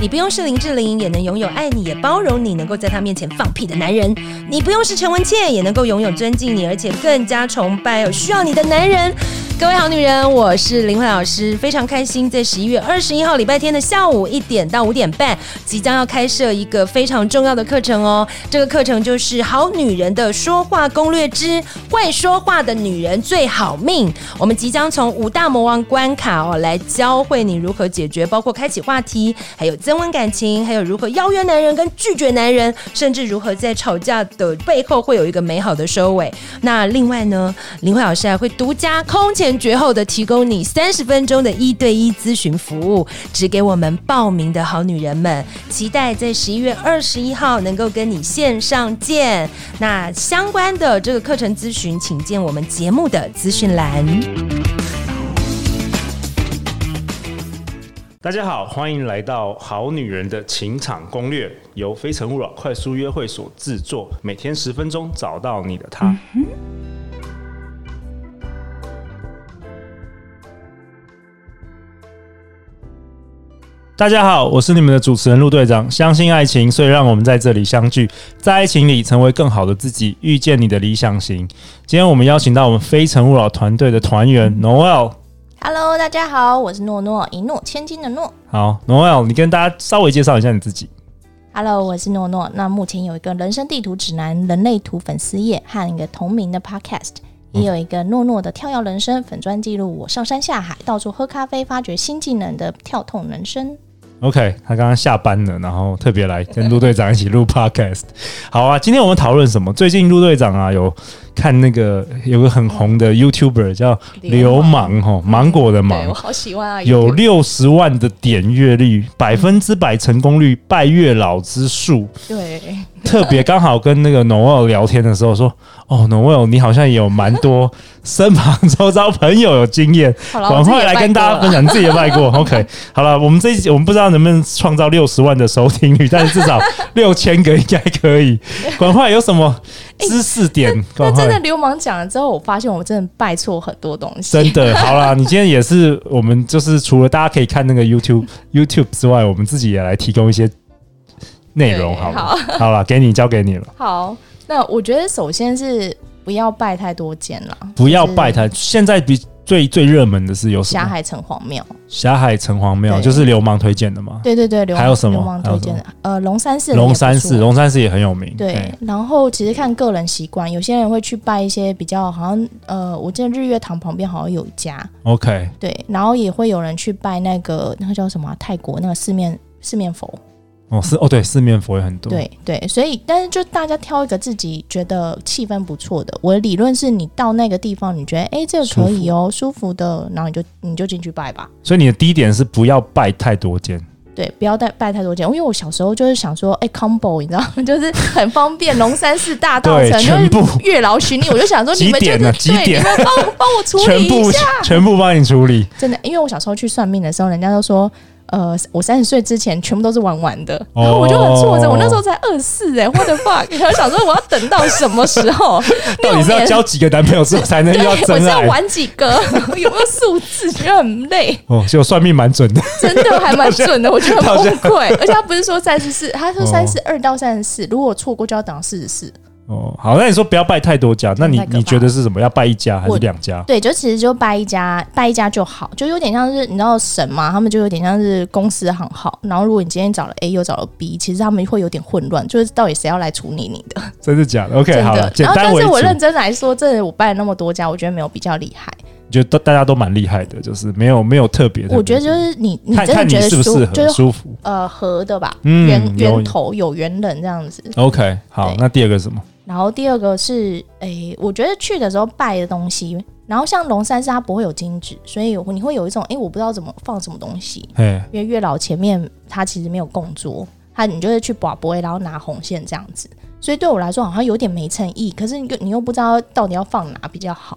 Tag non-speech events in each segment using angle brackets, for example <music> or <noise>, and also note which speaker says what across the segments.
Speaker 1: 你不用是林志玲，也能拥有爱你也包容你，能够在他面前放屁的男人；你不用是陈文茜，也能够拥有尊敬你，而且更加崇拜有需要你的男人。各位好女人，我是林慧老师，非常开心，在十一月二十一号礼拜天的下午一点到五点半，即将要开设一个非常重要的课程哦。这个课程就是《好女人的说话攻略之会说话的女人最好命》。我们即将从五大魔王关卡哦，来教会你如何解决，包括开启话题，还有增温感情，还有如何邀约男人跟拒绝男人，甚至如何在吵架的背后会有一个美好的收尾。那另外呢，林慧老师还会独家空前绝后的提供你三十分钟的一对一咨询服务，只给我们报名的好女人们。期待在十一月二十一号能够跟你线上见。那相关的这个课程咨询，请见我们节目的资讯栏。
Speaker 2: 大家好，欢迎来到《好女人的情场攻略》，由非诚勿扰快速约会所制作，每天十分钟，找到你的他。大家好，我是你们的主持人陆队长。相信爱情，所以让我们在这里相聚，在爱情里成为更好的自己，遇见你的理想型。今天我们邀请到我们非诚勿扰团队的团员 Noel。
Speaker 3: Hello，大家好，我是诺诺，一诺千金的诺。
Speaker 2: 好，Noel，你跟大家稍微介绍一下你自己。
Speaker 3: Hello，我是诺诺。那目前有一个人生地图指南、人类图粉丝页和一个同名的 Podcast，也
Speaker 2: 嗯
Speaker 3: 有一个诺诺的跳跃人生粉砖，记录我上山下海、到处喝咖啡、发掘新技能的跳痛人生。
Speaker 2: OK，他刚刚下班了，然后特别来跟陆队长一起录 Podcast。好啊，今天我们讨论什么？最近陆队长啊有看那个有个很红的 YouTuber 叫流氓哈，芒果的
Speaker 3: 对我
Speaker 2: 芒，
Speaker 3: 好喜欢啊！
Speaker 2: 有
Speaker 3: YouTube
Speaker 2: 六十万的点阅率，百分之百成功率，拜月老之术。 <laughs>
Speaker 3: 对
Speaker 2: 特别刚好跟那个 Noel 聊天的时候说，哦，Noel 你好像也有蛮
Speaker 3: <laughs>
Speaker 2: 多身旁周遭朋友有经验，
Speaker 3: 好了我
Speaker 2: 赶
Speaker 3: 自己
Speaker 2: 快
Speaker 3: 也
Speaker 2: 来跟
Speaker 3: 拜
Speaker 2: 大
Speaker 3: 过
Speaker 2: 家
Speaker 3: 了
Speaker 2: 分享自己的卖过。OK，好了，我们这一集我们不知道能不能创造六十万的收听率，但是至少六千个应该可以。赶快有什么知识点？
Speaker 3: <laughs> 那
Speaker 2: 赶
Speaker 3: 真的
Speaker 2: 快。
Speaker 3: 流氓讲了之后，我发现我真的拜错很多东西。
Speaker 2: 真的好啦，你今天也是我们就是除了大家可以看那个 YouTube YouTube 之外，我们自己也来提供一些内容
Speaker 3: 对
Speaker 2: 好了。好了，给你交给你了。
Speaker 3: 好，那我觉得首先是不要拜太多间了，
Speaker 2: 不要拜他。现在比最最热门的是有什
Speaker 3: 嗯霞
Speaker 2: 么？
Speaker 3: 海城隍庙。
Speaker 2: 霞海城隍庙
Speaker 3: 对
Speaker 2: 就是流氓推荐的嘛。
Speaker 3: 对对对，流氓
Speaker 2: 还有什么
Speaker 3: 流氓推荐的，呃，龙山寺，
Speaker 2: 龙山寺，。龙山寺也很有名。
Speaker 3: 对，然后其实看个人习惯，有些人会去拜一些比较好像呃，我记得日月堂旁边好像有一家，
Speaker 2: ，OK，
Speaker 3: 对，然后也会有人去拜那个那个叫什么啊、泰国那个四面四面佛，
Speaker 2: 哦是哦对，四面佛也很多。，
Speaker 3: 对对，所以但是就大家挑一个自己觉得气氛不错的，我的理论是你到那个地方，你觉得哎这个可以哦，舒服的，然后你就你就进去拜吧，
Speaker 2: 所以你的第一点是不要拜太多间。
Speaker 3: 对，不要带拜太多钱，因为我小时候就是想说，哎、c o m b o 你知道吗？ <laughs> 就是很方便，龙山寺大道
Speaker 2: 对
Speaker 3: 城
Speaker 2: 全部
Speaker 3: 就是月老寻你，我就想说
Speaker 2: 几
Speaker 3: 你们就
Speaker 2: 点
Speaker 3: 是
Speaker 2: 呢几
Speaker 3: 对，你
Speaker 2: 点
Speaker 3: 们帮帮我处
Speaker 2: 全
Speaker 3: 理
Speaker 2: 部
Speaker 3: 一下，
Speaker 2: 全部帮你处理，
Speaker 3: <laughs> 真的，因为我小时候去算命的时候，人家都说。呃，我三十岁之前全部都是玩玩的，然
Speaker 2: 哦
Speaker 3: 后 <laughs> 我就很挫折。我那时候才二四哎，what the fuck！然后 <laughs> 想说我要等到什么时候？
Speaker 2: <laughs> 到底是要
Speaker 3: 年
Speaker 2: 交几个男朋友之后
Speaker 3: <laughs>
Speaker 2: 才能遇
Speaker 3: 对
Speaker 2: 到，
Speaker 3: 我
Speaker 2: 真
Speaker 3: 是要
Speaker 2: 爱？
Speaker 3: 玩几个？ <laughs> 有没有数字？ <laughs> 觉得很累。
Speaker 2: 哦，就算命蛮
Speaker 3: <laughs>
Speaker 2: 准的。 <laughs>
Speaker 3: 真的还蛮准的，我觉得
Speaker 2: 到
Speaker 3: 很
Speaker 2: 现
Speaker 3: 崩溃。而且他不是说三十四，他
Speaker 2: 哦
Speaker 3: 说三十二到三十四，如果错过就要等到四十四。
Speaker 2: 哦，好，那你说不要拜太多家，那你
Speaker 3: 太可怕
Speaker 2: 你觉得是什么？要拜一家还是
Speaker 3: 我
Speaker 2: 两家？
Speaker 3: 对，就其实就拜一家，拜一家就好，就有点像是你知道神嘛，他们就有点像是公司行号。然后如果你今天找了 A 又找了 B，其实他们会有点混乱，就是到底谁要来处理你的，
Speaker 2: 真的假的？OK，
Speaker 3: 真
Speaker 2: 好了
Speaker 3: 的，。
Speaker 2: 简
Speaker 3: 然后
Speaker 2: 单
Speaker 3: 但
Speaker 2: 为
Speaker 3: 是
Speaker 2: 主
Speaker 3: 我。认真来说，真的我拜了那么多家，我觉得没有比较厉害。
Speaker 2: 觉得都大家都蛮厉害的，就是没有没有特别。
Speaker 3: 我觉得就是你，你
Speaker 2: 看
Speaker 3: 真的
Speaker 2: 看你
Speaker 3: 觉得
Speaker 2: 适不
Speaker 3: 舒
Speaker 2: 适
Speaker 3: 就
Speaker 2: 合，
Speaker 3: 是
Speaker 2: 舒服。
Speaker 3: 呃合的吧，
Speaker 2: 嗯
Speaker 3: 源
Speaker 2: 有
Speaker 3: 源头有缘人这样子。
Speaker 2: OK，好，
Speaker 3: 对
Speaker 2: 那第二个是什么？
Speaker 3: 然后第二个是，诶、我觉得去的时候拜的东西，然后像龙山寺它不会有金纸，所以你会有一种，诶、我不知道怎么放什么东西，
Speaker 2: 嘿，
Speaker 3: 因为月老前面他其实没有供桌，他你就是去把杯，然后拿红线这样子，所以对我来说好像有点没诚意，可是你又你又不知道到底要放哪比较好，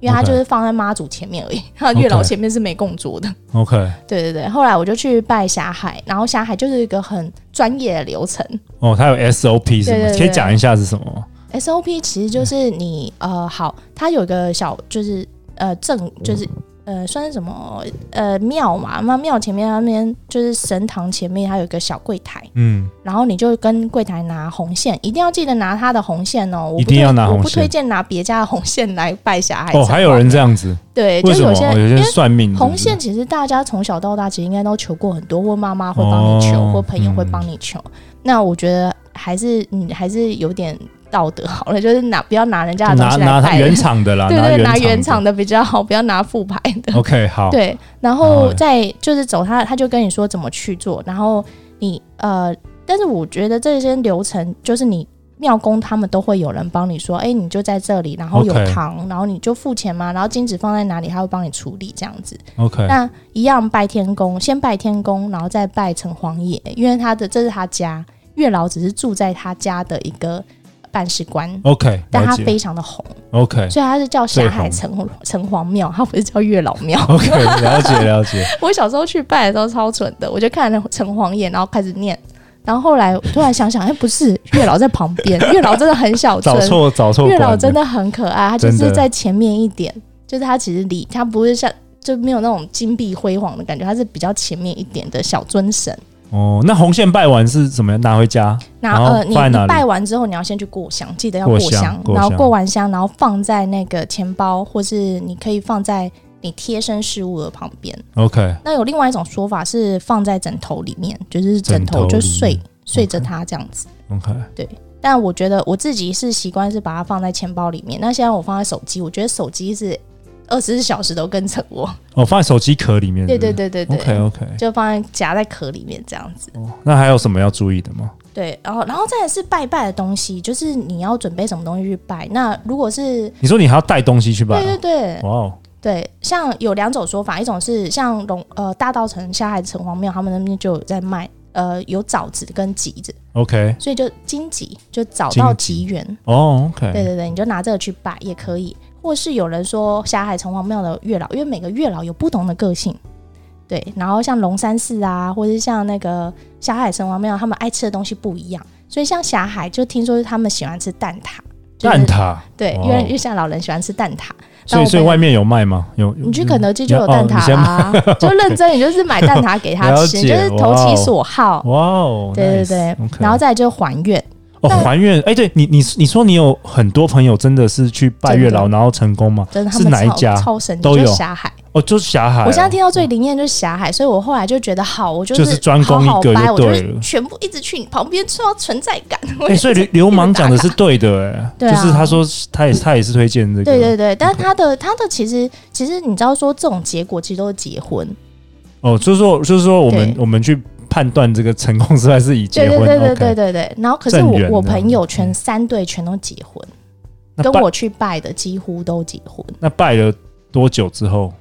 Speaker 3: 因为他
Speaker 2: OK
Speaker 3: 就是放在妈祖前面而已， <laughs> 他月老
Speaker 2: OK
Speaker 3: 前面是没供桌的。
Speaker 2: OK，
Speaker 3: 对对对，后来我就去拜霞海，然后霞海就是一个很专业的流程，
Speaker 2: 哦，它有 SOP 是
Speaker 3: 对
Speaker 2: 吗？
Speaker 3: 对对
Speaker 2: 可以讲一下是什么吗？嗯嗯
Speaker 3: SOP 其实就是你呃，好，它有一个小就是呃正就是呃，算是什么呃庙嘛？那庙前面那边就是神堂前面，它有一个小柜台，
Speaker 2: 嗯，
Speaker 3: 然后你就跟柜台拿红线，一定要记得拿他的红线哦。我不
Speaker 2: 一定要拿
Speaker 3: 推
Speaker 2: 红线
Speaker 3: 我不推荐拿别家的红线来拜小孩子。
Speaker 2: 哦，还有人这样子，
Speaker 3: 对，就
Speaker 2: 为什么？
Speaker 3: 有些
Speaker 2: 哦有
Speaker 3: 人因
Speaker 2: 些
Speaker 3: 为
Speaker 2: 是算命的
Speaker 3: 红
Speaker 2: 是
Speaker 3: 线
Speaker 2: 不
Speaker 3: 其实大家从小到大其实应该都求过很多，或妈妈会帮你求，
Speaker 2: 哦嗯
Speaker 3: 或朋友会帮你求。那我觉得还是嗯，还是有点道德好了，就是拿不要拿人家
Speaker 2: 是
Speaker 3: 的东
Speaker 2: 拿
Speaker 3: 西
Speaker 2: 拿
Speaker 3: 来
Speaker 2: 他
Speaker 3: 拜人，
Speaker 2: 原厂的啦，
Speaker 3: 对对，拿
Speaker 2: 拿
Speaker 3: 原
Speaker 2: 厂
Speaker 3: 厂
Speaker 2: 的哦
Speaker 3: 的比较好，不要拿副牌的。
Speaker 2: OK，好，
Speaker 3: 对，然
Speaker 2: 然后
Speaker 3: 后
Speaker 2: 嘞
Speaker 3: 再就是走他，他就跟你说怎么去做，然后你呃，但是我觉得这些流程就是你。庙公他们都会有人帮你说，哎、你就在这里，然后有
Speaker 2: OK
Speaker 3: 糖然后你就付钱嘛，然后金纸放在哪里，他会帮你处理这样子。
Speaker 2: ，OK，
Speaker 3: 那一样拜天公，先拜天公，然后再拜城隍爷，因为他的这是他家，月老只是住在他家的一个办事官，
Speaker 2: OK，
Speaker 3: 但
Speaker 2: 了
Speaker 3: 他
Speaker 2: 解
Speaker 3: 非常的红，
Speaker 2: ，OK
Speaker 3: <laughs> 所以他是叫
Speaker 2: 最
Speaker 3: 霞海
Speaker 2: 红
Speaker 3: 城隍城隍庙， <laughs> 他不是叫月老庙。
Speaker 2: OK，了解了解，
Speaker 3: 我小时候去拜的时候超蠢的，我就看了城隍爷，然后开始念，然后后来突然想想，哎、不是，月老在旁边， <laughs> 月老真的
Speaker 2: <laughs>
Speaker 3: 很小
Speaker 2: 找
Speaker 3: 尊，
Speaker 2: 错找错
Speaker 3: 月老
Speaker 2: 关
Speaker 3: 真
Speaker 2: 了，
Speaker 3: 的很可爱，他就
Speaker 2: 真
Speaker 3: 是
Speaker 2: 的
Speaker 3: 在前面一点，就是他其实离他不是像就没有那种金碧辉煌的感觉，他是比较前面一点的小尊神。
Speaker 2: 哦，那红线拜完是怎么样拿回家？
Speaker 3: 那
Speaker 2: 然后
Speaker 3: 呃，你
Speaker 2: 放在
Speaker 3: 你
Speaker 2: 哪里
Speaker 3: 拜完之后，你要先去过香，记得要
Speaker 2: 过
Speaker 3: 过
Speaker 2: 香过
Speaker 3: 然后
Speaker 2: 香
Speaker 3: 过完香，然后放在那个钱包，或是你可以放在你贴身事物的旁边。
Speaker 2: OK，
Speaker 3: 那有另外一种说法是放在枕头里面，就是枕
Speaker 2: 枕头
Speaker 3: 头就
Speaker 2: 里
Speaker 3: 睡
Speaker 2: 面
Speaker 3: 睡着它这样子。
Speaker 2: OK，
Speaker 3: 但我觉得我自己是习惯是把它放在钱包里面。那现在我放在手机，我觉得手机是二十四小时都跟着我。
Speaker 2: 哦，放在手机壳里面。
Speaker 3: 对对对对对
Speaker 2: OK OK，
Speaker 3: 就放在夹在壳里面这样子。
Speaker 2: 那还有什么要注意的吗？
Speaker 3: 对，然后然后再来是拜拜的东西，就是你要准备什么东西去拜。那如果是
Speaker 2: 你说你还要带东西去拜
Speaker 3: 对对
Speaker 2: 哦？
Speaker 3: 对
Speaker 2: 哇哦，
Speaker 3: 对，像有两种说法，一种是像龙呃大道城下海城隍庙，他们那边就有在卖，呃有枣子跟橘子，
Speaker 2: OK，
Speaker 3: 所以就荆棘就找到
Speaker 2: 荆
Speaker 3: 吉缘。
Speaker 2: 哦，OK，
Speaker 3: 对对对，你就拿这个去拜也可以，或是有人说霞海城隍庙的月老，因为每个月老有不同的个性。对，然后像龙山寺啊，或是像那个霞海城隍庙，他们爱吃的东西不一样，所以像霞海就听说他们喜欢吃蛋挞，就是、
Speaker 2: 蛋挞，
Speaker 3: 对，
Speaker 2: 哇
Speaker 3: 因为因为像老人喜欢吃蛋挞，
Speaker 2: 所以所以外面有卖吗？有，
Speaker 3: 你去肯德基就有蛋挞
Speaker 2: 哦你先买
Speaker 3: 啊，就认真，你就是买蛋挞给
Speaker 2: <laughs>
Speaker 3: 他
Speaker 2: 了
Speaker 3: 吃，
Speaker 2: 解
Speaker 3: 就是投
Speaker 2: 哇哦
Speaker 3: 其所好。
Speaker 2: 哇哦，
Speaker 3: 对对
Speaker 2: nice，
Speaker 3: 对
Speaker 2: OK
Speaker 3: 然后再来就还愿，
Speaker 2: 哦还愿，哎，对你你你说你有很多朋友真的是去拜月老
Speaker 3: 真
Speaker 2: 然后成功吗？
Speaker 3: 就是他
Speaker 2: 是
Speaker 3: 们
Speaker 2: 哪一
Speaker 3: 超
Speaker 2: 家
Speaker 3: 超神奇，
Speaker 2: 都
Speaker 3: 就是
Speaker 2: 有
Speaker 3: 霞海。
Speaker 2: 哦，就是霞海哦，
Speaker 3: 我现在听到最灵验就是霞海，所以我后来就觉得好，我就
Speaker 2: 就是专攻一个
Speaker 3: 好好掰
Speaker 2: 就
Speaker 3: 我就
Speaker 2: 对了
Speaker 3: 是全部一直去你旁边创造存在
Speaker 2: <laughs>
Speaker 3: 感。我
Speaker 2: 哎，所
Speaker 3: <laughs>
Speaker 2: 以流流氓讲的是对的，哎，
Speaker 3: 对
Speaker 2: <laughs>
Speaker 3: 啊
Speaker 2: 就是他说他也他也是推荐这个，
Speaker 3: 对对对，但是他的他的其实其实你知道说这种结果其实都是结婚，
Speaker 2: 哦，就是说就是说我们
Speaker 3: 对
Speaker 2: 我们去判断这个成功失败是以结
Speaker 3: 对对
Speaker 2: 婚
Speaker 3: 对对
Speaker 2: OK
Speaker 3: 对对对。然后可是
Speaker 2: 正
Speaker 3: 我
Speaker 2: 缘啊嗯
Speaker 3: 我
Speaker 2: 这样
Speaker 3: 朋友圈三对全都结婚，
Speaker 2: 那
Speaker 3: 跟
Speaker 2: 拜
Speaker 3: 我去拜的几乎都结婚，
Speaker 2: 那拜了多久之后？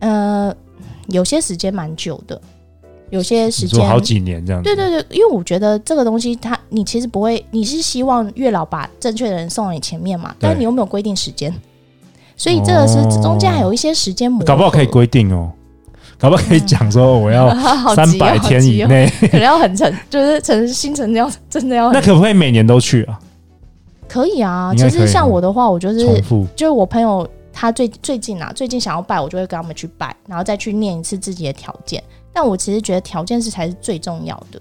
Speaker 3: 呃，有些时间蛮久的，有些时
Speaker 2: 你说
Speaker 3: 间
Speaker 2: 好几年这样子？
Speaker 3: 对对对，因为我觉得这个东西它，你其实不会，你是希望月老把正确的人送到你前面嘛，
Speaker 2: 对
Speaker 3: 但你又没有规定时间，所以这个是、
Speaker 2: 哦
Speaker 3: 中间还有一些时间磨合，
Speaker 2: 搞不好可以
Speaker 3: <laughs>
Speaker 2: 规定哦，搞不好可以讲说我要
Speaker 3: 哦好
Speaker 2: 三
Speaker 3: 急哦
Speaker 2: 百天以，内， <laughs>
Speaker 3: 好急哦可能要很诚，就是诚心诚要真的要
Speaker 2: 那
Speaker 3: 很
Speaker 2: 可不可以每年都去啊？
Speaker 3: 可以啊。
Speaker 2: 应该
Speaker 3: 其
Speaker 2: 可以嗯
Speaker 3: 实像我的话，我就是
Speaker 2: 重复
Speaker 3: 就是我朋友他最最近啊，最近想要拜，我就会跟他们去拜，然后再去念一次自己的条件。但我其实觉得条件是才是最重要的。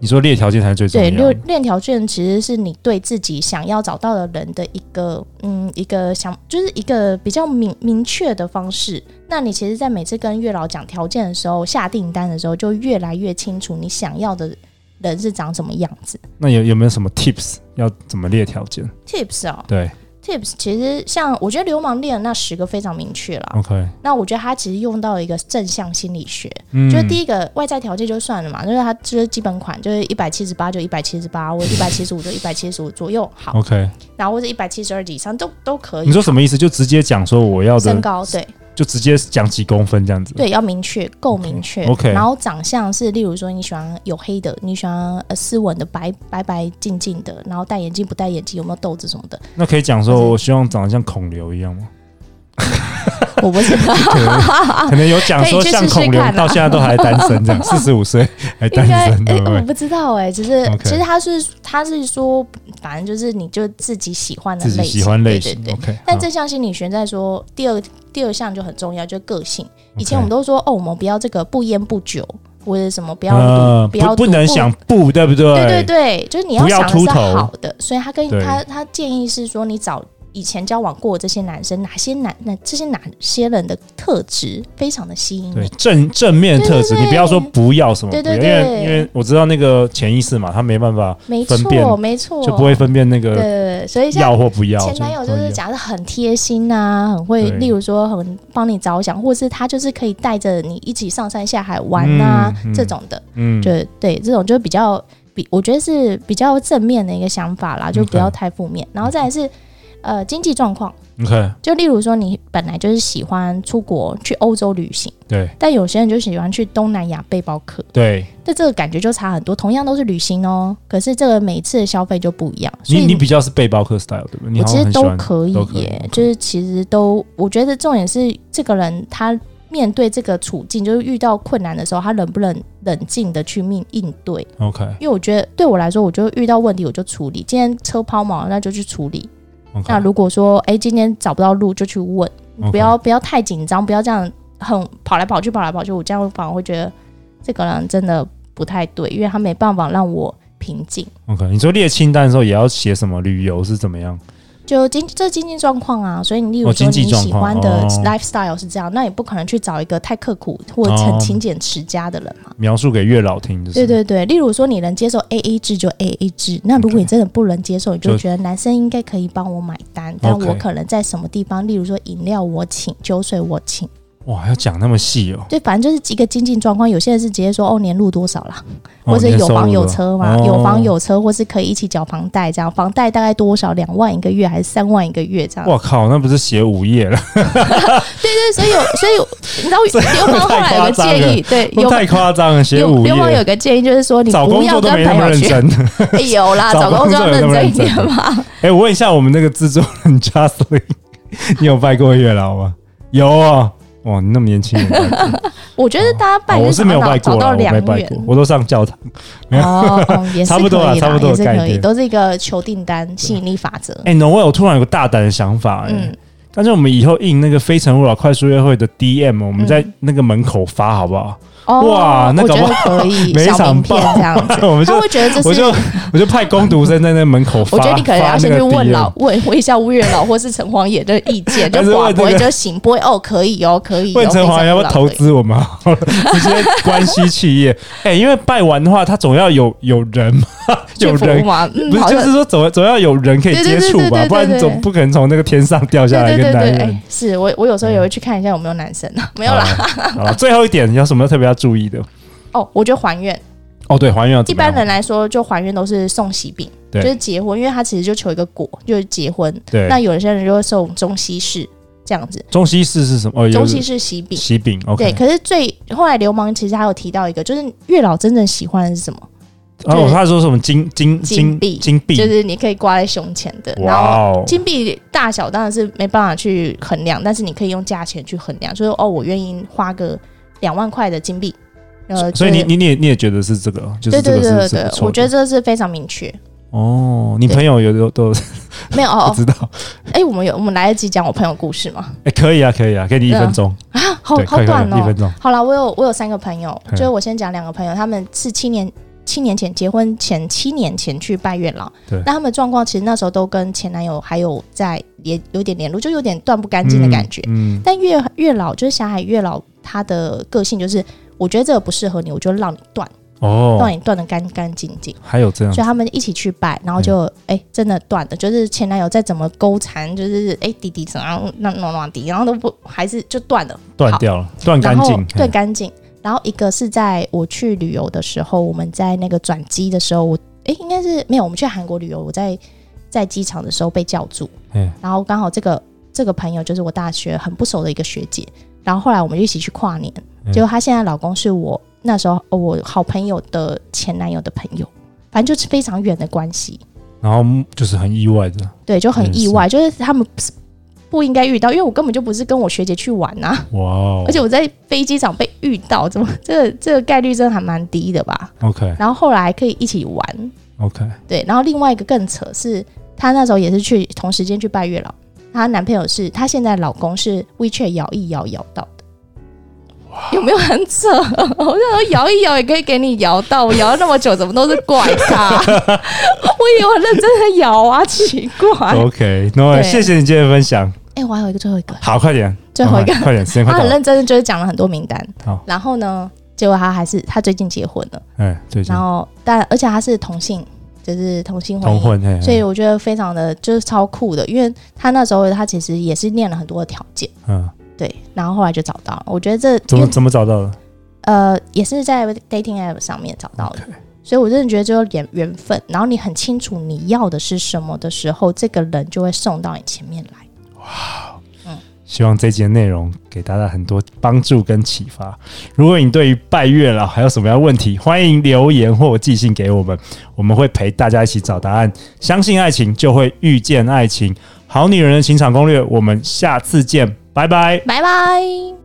Speaker 2: 你说列条件才是最重
Speaker 3: 对，
Speaker 2: 要
Speaker 3: 练
Speaker 2: 的。
Speaker 3: 练条件其实是你对自己想要找到的人的一个，嗯，一个想，就是一个比较明明确的方式。那你其实，在每次跟月老讲条件的时候，下订单的时候，就越来越清楚你想要的人是长什么样子。
Speaker 2: 那有有没有什么 tips 要怎么列条件？
Speaker 3: Tips 哦
Speaker 2: 对
Speaker 3: ，Tips 其实像我觉得流氓练的那十个非常明确了。
Speaker 2: ，OK，
Speaker 3: 那我觉得他其实用到一个正向心理学，
Speaker 2: 嗯
Speaker 3: 就是第一个外在条件就算了嘛，就是他就是基本款就是一百七十八就一百七十八，或一百七十五就一百七十五左右，好。
Speaker 2: OK，
Speaker 3: 然后或者一百七十二以上都都可以。
Speaker 2: 你说什么意思？就直接讲说我要
Speaker 3: 身
Speaker 2: 的，嗯
Speaker 3: 高？对
Speaker 2: 就直接讲几公分这样子。
Speaker 3: 对，要明确，够明确。
Speaker 2: OK
Speaker 3: 然后长相是，例如说你喜欢有黑的，你喜欢呃斯文的，白白白净净的，然后戴眼镜不
Speaker 2: <laughs>
Speaker 3: 戴眼镜，有没有痘子什么的，
Speaker 2: 那可以讲
Speaker 3: 就
Speaker 2: 说
Speaker 3: 是
Speaker 2: 我希望长得像孔刘一样吗？
Speaker 3: 我不知道，
Speaker 2: 可能
Speaker 3: <laughs>
Speaker 2: 可能有讲说
Speaker 3: 可以去试
Speaker 2: 像
Speaker 3: 试
Speaker 2: 孔刘
Speaker 3: 看啊
Speaker 2: 到现在都还单身，这
Speaker 3: <laughs>
Speaker 2: 样四十五岁还单
Speaker 3: 应该
Speaker 2: 身，对
Speaker 3: 诶
Speaker 2: 不
Speaker 3: 我
Speaker 2: 对？
Speaker 3: 不知道哎、只是
Speaker 2: OK
Speaker 3: 其实他是他是说，反正就是你就自己喜欢的
Speaker 2: 自
Speaker 3: 类型，
Speaker 2: 己喜欢类型
Speaker 3: 对对对。
Speaker 2: ，OK 好。
Speaker 3: 但这项心理学在说第二第二项就很重要，就个性。以
Speaker 2: 嗯
Speaker 3: 前我们都说哦，我们不要这个不烟不酒，或者什么不要赌、
Speaker 2: 呃
Speaker 3: 不要
Speaker 2: 不
Speaker 3: 赌
Speaker 2: 不能想不，对不对？
Speaker 3: 对对对，就是你
Speaker 2: 不要
Speaker 3: 想的
Speaker 2: 秃
Speaker 3: 是
Speaker 2: 头
Speaker 3: 好的，所以他跟
Speaker 2: 对
Speaker 3: 他他建议是说，你找以前交往过的这些男生，哪些男那这些哪些人的特质非常的吸引
Speaker 2: 对
Speaker 3: 你，
Speaker 2: 正正面的特质，
Speaker 3: 对对对
Speaker 2: 你不要说不要什么，
Speaker 3: 对
Speaker 2: 不要
Speaker 3: 对
Speaker 2: 因
Speaker 3: 对
Speaker 2: 为因为我知道那个潜意识嘛，他没办法
Speaker 3: 没
Speaker 2: 分辨
Speaker 3: 错没错，
Speaker 2: 就不会分辨那
Speaker 3: 哦对
Speaker 2: 个
Speaker 3: 对对，所以像
Speaker 2: 要或不要。
Speaker 3: 前男友就
Speaker 2: 都
Speaker 3: 是
Speaker 2: 一样
Speaker 3: 假设很贴心啊，很会，
Speaker 2: 对
Speaker 3: 例如说很帮你着想，或是他就是可以带着你一起上山下海玩啊、
Speaker 2: 嗯嗯
Speaker 3: 这种的，
Speaker 2: 嗯，
Speaker 3: 就对这种就比较比我觉得是比较正面的一个想法啦，就
Speaker 2: OK
Speaker 3: 不要太负面。然后再来是呃经济状况，
Speaker 2: 你看，
Speaker 3: 就例如说你本来就是喜欢出国去欧洲旅行，
Speaker 2: 对
Speaker 3: 但有些人就喜欢去东南亚背包客，
Speaker 2: 对，
Speaker 3: 那这个感觉就差很多。同样都是旅行哦，可是这个每次的消费就不一样，所以
Speaker 2: 你你比较是背包客 style 对不对？你
Speaker 3: 我
Speaker 2: 好
Speaker 3: 其
Speaker 2: 像
Speaker 3: 实
Speaker 2: 很喜
Speaker 3: 都
Speaker 2: 欢
Speaker 3: 可以
Speaker 2: 都可以
Speaker 3: 耶
Speaker 2: ，OK，
Speaker 3: 就是其实都，我觉得重点是这个人他面对这个处境，就是遇到困难的时候，他冷不冷冷静的去面应对。
Speaker 2: OK
Speaker 3: 因为我觉得对我来说，我就遇到问题我就处理，今天车抛锚那就去处理。
Speaker 2: OK，
Speaker 3: 那如果说哎、诶今天找不到路就去问，
Speaker 2: OK
Speaker 3: 不要不要太紧张，不要这样很跑来跑去跑来跑去，我这样反而会觉得这个人真的不太对，因为他没办法让我平静。
Speaker 2: OK，你说列清单的时候也要写什么旅游是怎么样？
Speaker 3: 就经这经济状况啊，所以你例
Speaker 2: 哦
Speaker 3: 如说
Speaker 2: 经济
Speaker 3: 你
Speaker 2: 状
Speaker 3: 喜
Speaker 2: 况
Speaker 3: 欢的
Speaker 2: 哦
Speaker 3: lifestyle 是这样，那也不可能去找一个太刻苦或者
Speaker 2: 哦
Speaker 3: 很勤俭持家的人嘛。
Speaker 2: 描述给月老听就是
Speaker 3: 对对对，例如说你能接受 A A 制就 A A 制，那如果你真的不能接受，你就
Speaker 2: 就
Speaker 3: 觉得男生应该可以帮我买单，但我可能在什么地方，例如说饮料我请，酒水我请，
Speaker 2: 哇，要讲那么细哦，
Speaker 3: 对，反正就是一个经济状况。有些人是直接说哦年入多少啦，
Speaker 2: 哦
Speaker 3: 或者
Speaker 2: 年
Speaker 3: 有
Speaker 2: 收
Speaker 3: 房
Speaker 2: 入
Speaker 3: 有
Speaker 2: 的
Speaker 3: 车嘛，
Speaker 2: 哦
Speaker 3: 有房有车，或是可以一起缴房贷这样，房贷大概多少？两万一个月还是三万一个月这样？
Speaker 2: 我靠，那不是写五页了，
Speaker 3: 对，所以有，所以有你
Speaker 2: <laughs>
Speaker 3: 知道流氓后来有个建议，对，
Speaker 2: 那 <laughs>
Speaker 3: 有
Speaker 2: 太夸张了，写
Speaker 3: 有
Speaker 2: 五
Speaker 3: 流氓有
Speaker 2: 页。
Speaker 3: 个建议就是说，你
Speaker 2: 找
Speaker 3: 不
Speaker 2: 工作
Speaker 3: 要
Speaker 2: 都
Speaker 3: 跟
Speaker 2: 没那
Speaker 3: 朋
Speaker 2: 么
Speaker 3: 友
Speaker 2: 认
Speaker 3: 去，
Speaker 2: 真，
Speaker 3: <laughs> 哎有
Speaker 2: <laughs>
Speaker 3: 啦，
Speaker 2: 找
Speaker 3: 找
Speaker 2: 工
Speaker 3: 工
Speaker 2: 作
Speaker 3: 作
Speaker 2: 有那
Speaker 3: 要认
Speaker 2: 么
Speaker 3: 真一
Speaker 2: 认真
Speaker 3: 点嘛。
Speaker 2: <laughs> 哎、我问一下我们那个制作人 <laughs> Justin，你有拜过月老吗？有啊、哇，你那么年轻也拜过，
Speaker 3: 我觉得大家 <laughs> 拜
Speaker 2: 哦我是没有
Speaker 3: 找到
Speaker 2: 拜过
Speaker 3: 找
Speaker 2: 啦，
Speaker 3: 到
Speaker 2: 我没
Speaker 3: 良
Speaker 2: 拜
Speaker 3: 缘
Speaker 2: 过， <laughs> 我都上教堂。
Speaker 3: 哦，哦也是
Speaker 2: 差不多啦啊
Speaker 3: 可以
Speaker 2: 差不
Speaker 3: 啦，
Speaker 2: 多的
Speaker 3: 也是
Speaker 2: 概
Speaker 3: 可以，
Speaker 2: 念
Speaker 3: 都是一个求订单吸引力法则。
Speaker 2: 哎、n o e l 突然有个大胆的想法、哎、
Speaker 3: 嗯，
Speaker 2: 但是我们以后印那个《非诚勿扰》快速约会的 DM，我们
Speaker 3: 嗯
Speaker 2: 在那个门口发好不好？
Speaker 3: 哦，
Speaker 2: 哇那
Speaker 3: 我
Speaker 2: 搞
Speaker 3: 觉
Speaker 2: 不
Speaker 3: 得可
Speaker 2: <laughs>
Speaker 3: 以，
Speaker 2: 每一
Speaker 3: 小
Speaker 2: 场
Speaker 3: 名片
Speaker 2: 报，
Speaker 3: 这样子
Speaker 2: <laughs> 我们就
Speaker 3: 他会觉得这
Speaker 2: 我
Speaker 3: 是
Speaker 2: 就。我就派工读生在那门口发。
Speaker 3: 我觉得你可能要先去问老
Speaker 2: 发
Speaker 3: 问问一下吴月老或是城隍爷的意见，就
Speaker 2: <laughs> 还是
Speaker 3: 广
Speaker 2: 问这
Speaker 3: 播
Speaker 2: 个
Speaker 3: 就行，不会哦，可以哦，可以哦。
Speaker 2: 那个 DM。问陈华要不要投
Speaker 3: 非常老可以
Speaker 2: 资我们好了？ <laughs> 直接关系企业。 <laughs> 哎、因为拜完的话，他总要有有人嘛，
Speaker 3: 去
Speaker 2: 有
Speaker 3: 服
Speaker 2: 人
Speaker 3: 务吗？嗯，
Speaker 2: 不是，
Speaker 3: 好
Speaker 2: 就
Speaker 3: 像
Speaker 2: 是说总总要有人可以
Speaker 3: 对
Speaker 2: 接
Speaker 3: 对对
Speaker 2: 触
Speaker 3: 对
Speaker 2: 吧，
Speaker 3: 对
Speaker 2: 不然
Speaker 3: 对
Speaker 2: 你总不可能从那个天上掉下来
Speaker 3: 对
Speaker 2: 一个
Speaker 3: 对对
Speaker 2: 男人
Speaker 3: 对，
Speaker 2: 嗯
Speaker 3: 哎。是我我有时候也会去看一下有没有男生啊，没有啦。
Speaker 2: 好啦。好了，最后一点有什么特别要注意的？
Speaker 3: 哦，我觉得还愿，
Speaker 2: 哦，对，还原要
Speaker 3: 一
Speaker 2: 怎么样
Speaker 3: 般人来说就还愿都是送喜饼，
Speaker 2: 对
Speaker 3: 就是结婚，因为他其实就求一个果，就是结婚。
Speaker 2: 对
Speaker 3: 那有些人就会送中西式这样子，
Speaker 2: 中西式是什么？哦，
Speaker 3: 中
Speaker 2: 有
Speaker 3: 西式喜饼。
Speaker 2: 喜饼
Speaker 3: 对，
Speaker 2: ，OK。
Speaker 3: 可是最后来流氓其实还有提到一个，就是月老真正喜欢的是什么？
Speaker 2: 然后哦他说什么金金
Speaker 3: 金币
Speaker 2: 金币，
Speaker 3: 就是你可以挂在胸前的，然后
Speaker 2: 哇哦，
Speaker 3: 金币大小当然是没办法去衡量，但是你可以用价钱去衡量，就是哦，我愿意花个两万块的金币，呃，
Speaker 2: 所以你
Speaker 3: 就是
Speaker 2: 你你也你也觉得是这个，就是
Speaker 3: 对
Speaker 2: 这
Speaker 3: 对
Speaker 2: 个
Speaker 3: 对对
Speaker 2: 是是
Speaker 3: 对
Speaker 2: 不，错
Speaker 3: 我觉得
Speaker 2: 的。
Speaker 3: 这是非常明确。
Speaker 2: 哦，你
Speaker 3: 对
Speaker 2: 朋友有有都
Speaker 3: 没有
Speaker 2: 不
Speaker 3: 哦，
Speaker 2: <laughs> 知道？
Speaker 3: 哎、我们有我们来得及讲我朋友故事吗？
Speaker 2: 哎，可以啊，可以啊，给你一
Speaker 3: 对啊
Speaker 2: 分钟，
Speaker 3: 啊，好
Speaker 2: 对，
Speaker 3: 好
Speaker 2: 快快
Speaker 3: 短
Speaker 2: 一分
Speaker 3: 哦。
Speaker 2: 钟。
Speaker 3: 好了，我有我有三个朋友，
Speaker 2: 嗯
Speaker 3: 就是我先讲两个朋友，他们是七年七年前结婚前七年前去拜月老
Speaker 2: 对，
Speaker 3: 那他们状况其实那时候都跟前男友还有在也有点联络，就有点断不干净的感觉。
Speaker 2: 嗯，嗯
Speaker 3: 但月月老就是霞海月老，他的个性就是，我觉得这个不适合你，我就让你断，让
Speaker 2: 哦，嗯
Speaker 3: 你断的干干净净。
Speaker 2: 还有这样
Speaker 3: 所以他们一起去拜，然后就
Speaker 2: 嗯
Speaker 3: 哎、真的断了，就是前男友再怎么勾缠，就是哎、弟弟怎样那那那弟，然后都不还是就断了，
Speaker 2: 断
Speaker 3: 好
Speaker 2: 掉了，断
Speaker 3: 然
Speaker 2: 干
Speaker 3: 后
Speaker 2: 净。
Speaker 3: 对干净。然后一个是在我去旅游的时候，我们在那个转机的时候，我哎、应该是没有，我们去韩国旅游，我在在机场的时候被叫住，
Speaker 2: 嗯
Speaker 3: 然后刚好这个这个朋友就是我大学很不熟的一个学姐，然后后来我们就一起去跨年，
Speaker 2: 嗯
Speaker 3: 结果她现在老公是我那时候哦我好朋友的前男友的朋友，反正就是非常远的关系，
Speaker 2: 然后就是很意外的，嗯
Speaker 3: 对，就很意外，就是他们不是不应该遇到，因为我根本就不是跟我学姐去玩啊。
Speaker 2: 哇哦
Speaker 3: 而且我在飞机场被遇到，怎么 <laughs> 这个这个概率真的还蛮低的吧？
Speaker 2: ，OK
Speaker 3: 然后后来可以一起玩，
Speaker 2: OK，
Speaker 3: 对。然后另外一个更扯是，她那时候也是去同时间去拜月老，她男朋友是她现在老公是 WeChat 摇一摇摇到的，有没有很扯？ <laughs> 我那时候摇一摇也可以给你摇到，我摇了那么久，怎么都是怪咖？我以为我认真的摇啊，奇怪。
Speaker 2: OK，那
Speaker 3: 对
Speaker 2: 谢谢你今天的分享。
Speaker 3: 哎、我还有一个最后一个，
Speaker 2: 好，快点，
Speaker 3: 最后一个啊
Speaker 2: 赶快快点，时间快
Speaker 3: 他
Speaker 2: 到
Speaker 3: 很
Speaker 2: 了。
Speaker 3: 认真，就是讲了很多名单
Speaker 2: 好。
Speaker 3: 然后呢，结果他还是他最近结婚了，
Speaker 2: 哎，最近
Speaker 3: 然后但而且他是同性，就是同性婚
Speaker 2: 同
Speaker 3: 姻，
Speaker 2: 婚，哎嘿
Speaker 3: 所以我觉得非常的就是超酷的，因为他那时候他其实也是念了很多的条件，
Speaker 2: 嗯，
Speaker 3: 对，然后后来就找到了。我觉得这
Speaker 2: 怎
Speaker 3: 因
Speaker 2: 么
Speaker 3: 为
Speaker 2: 怎么找到的？
Speaker 3: 呃也是在 dating app 上面找到的。所以我真的觉得就是缘缘分，然后你很清楚你要的是什么的时候，这个人就会送到你前面来。
Speaker 2: 希望这节内容给大家很多帮助跟启发。如果你对于拜月老还有什么样的问题，欢迎留言或寄信给我们，我们会陪大家一起找答案。相信爱情，就会遇见爱情。好女人的情场攻略，我们下次见，拜拜。
Speaker 3: 拜拜。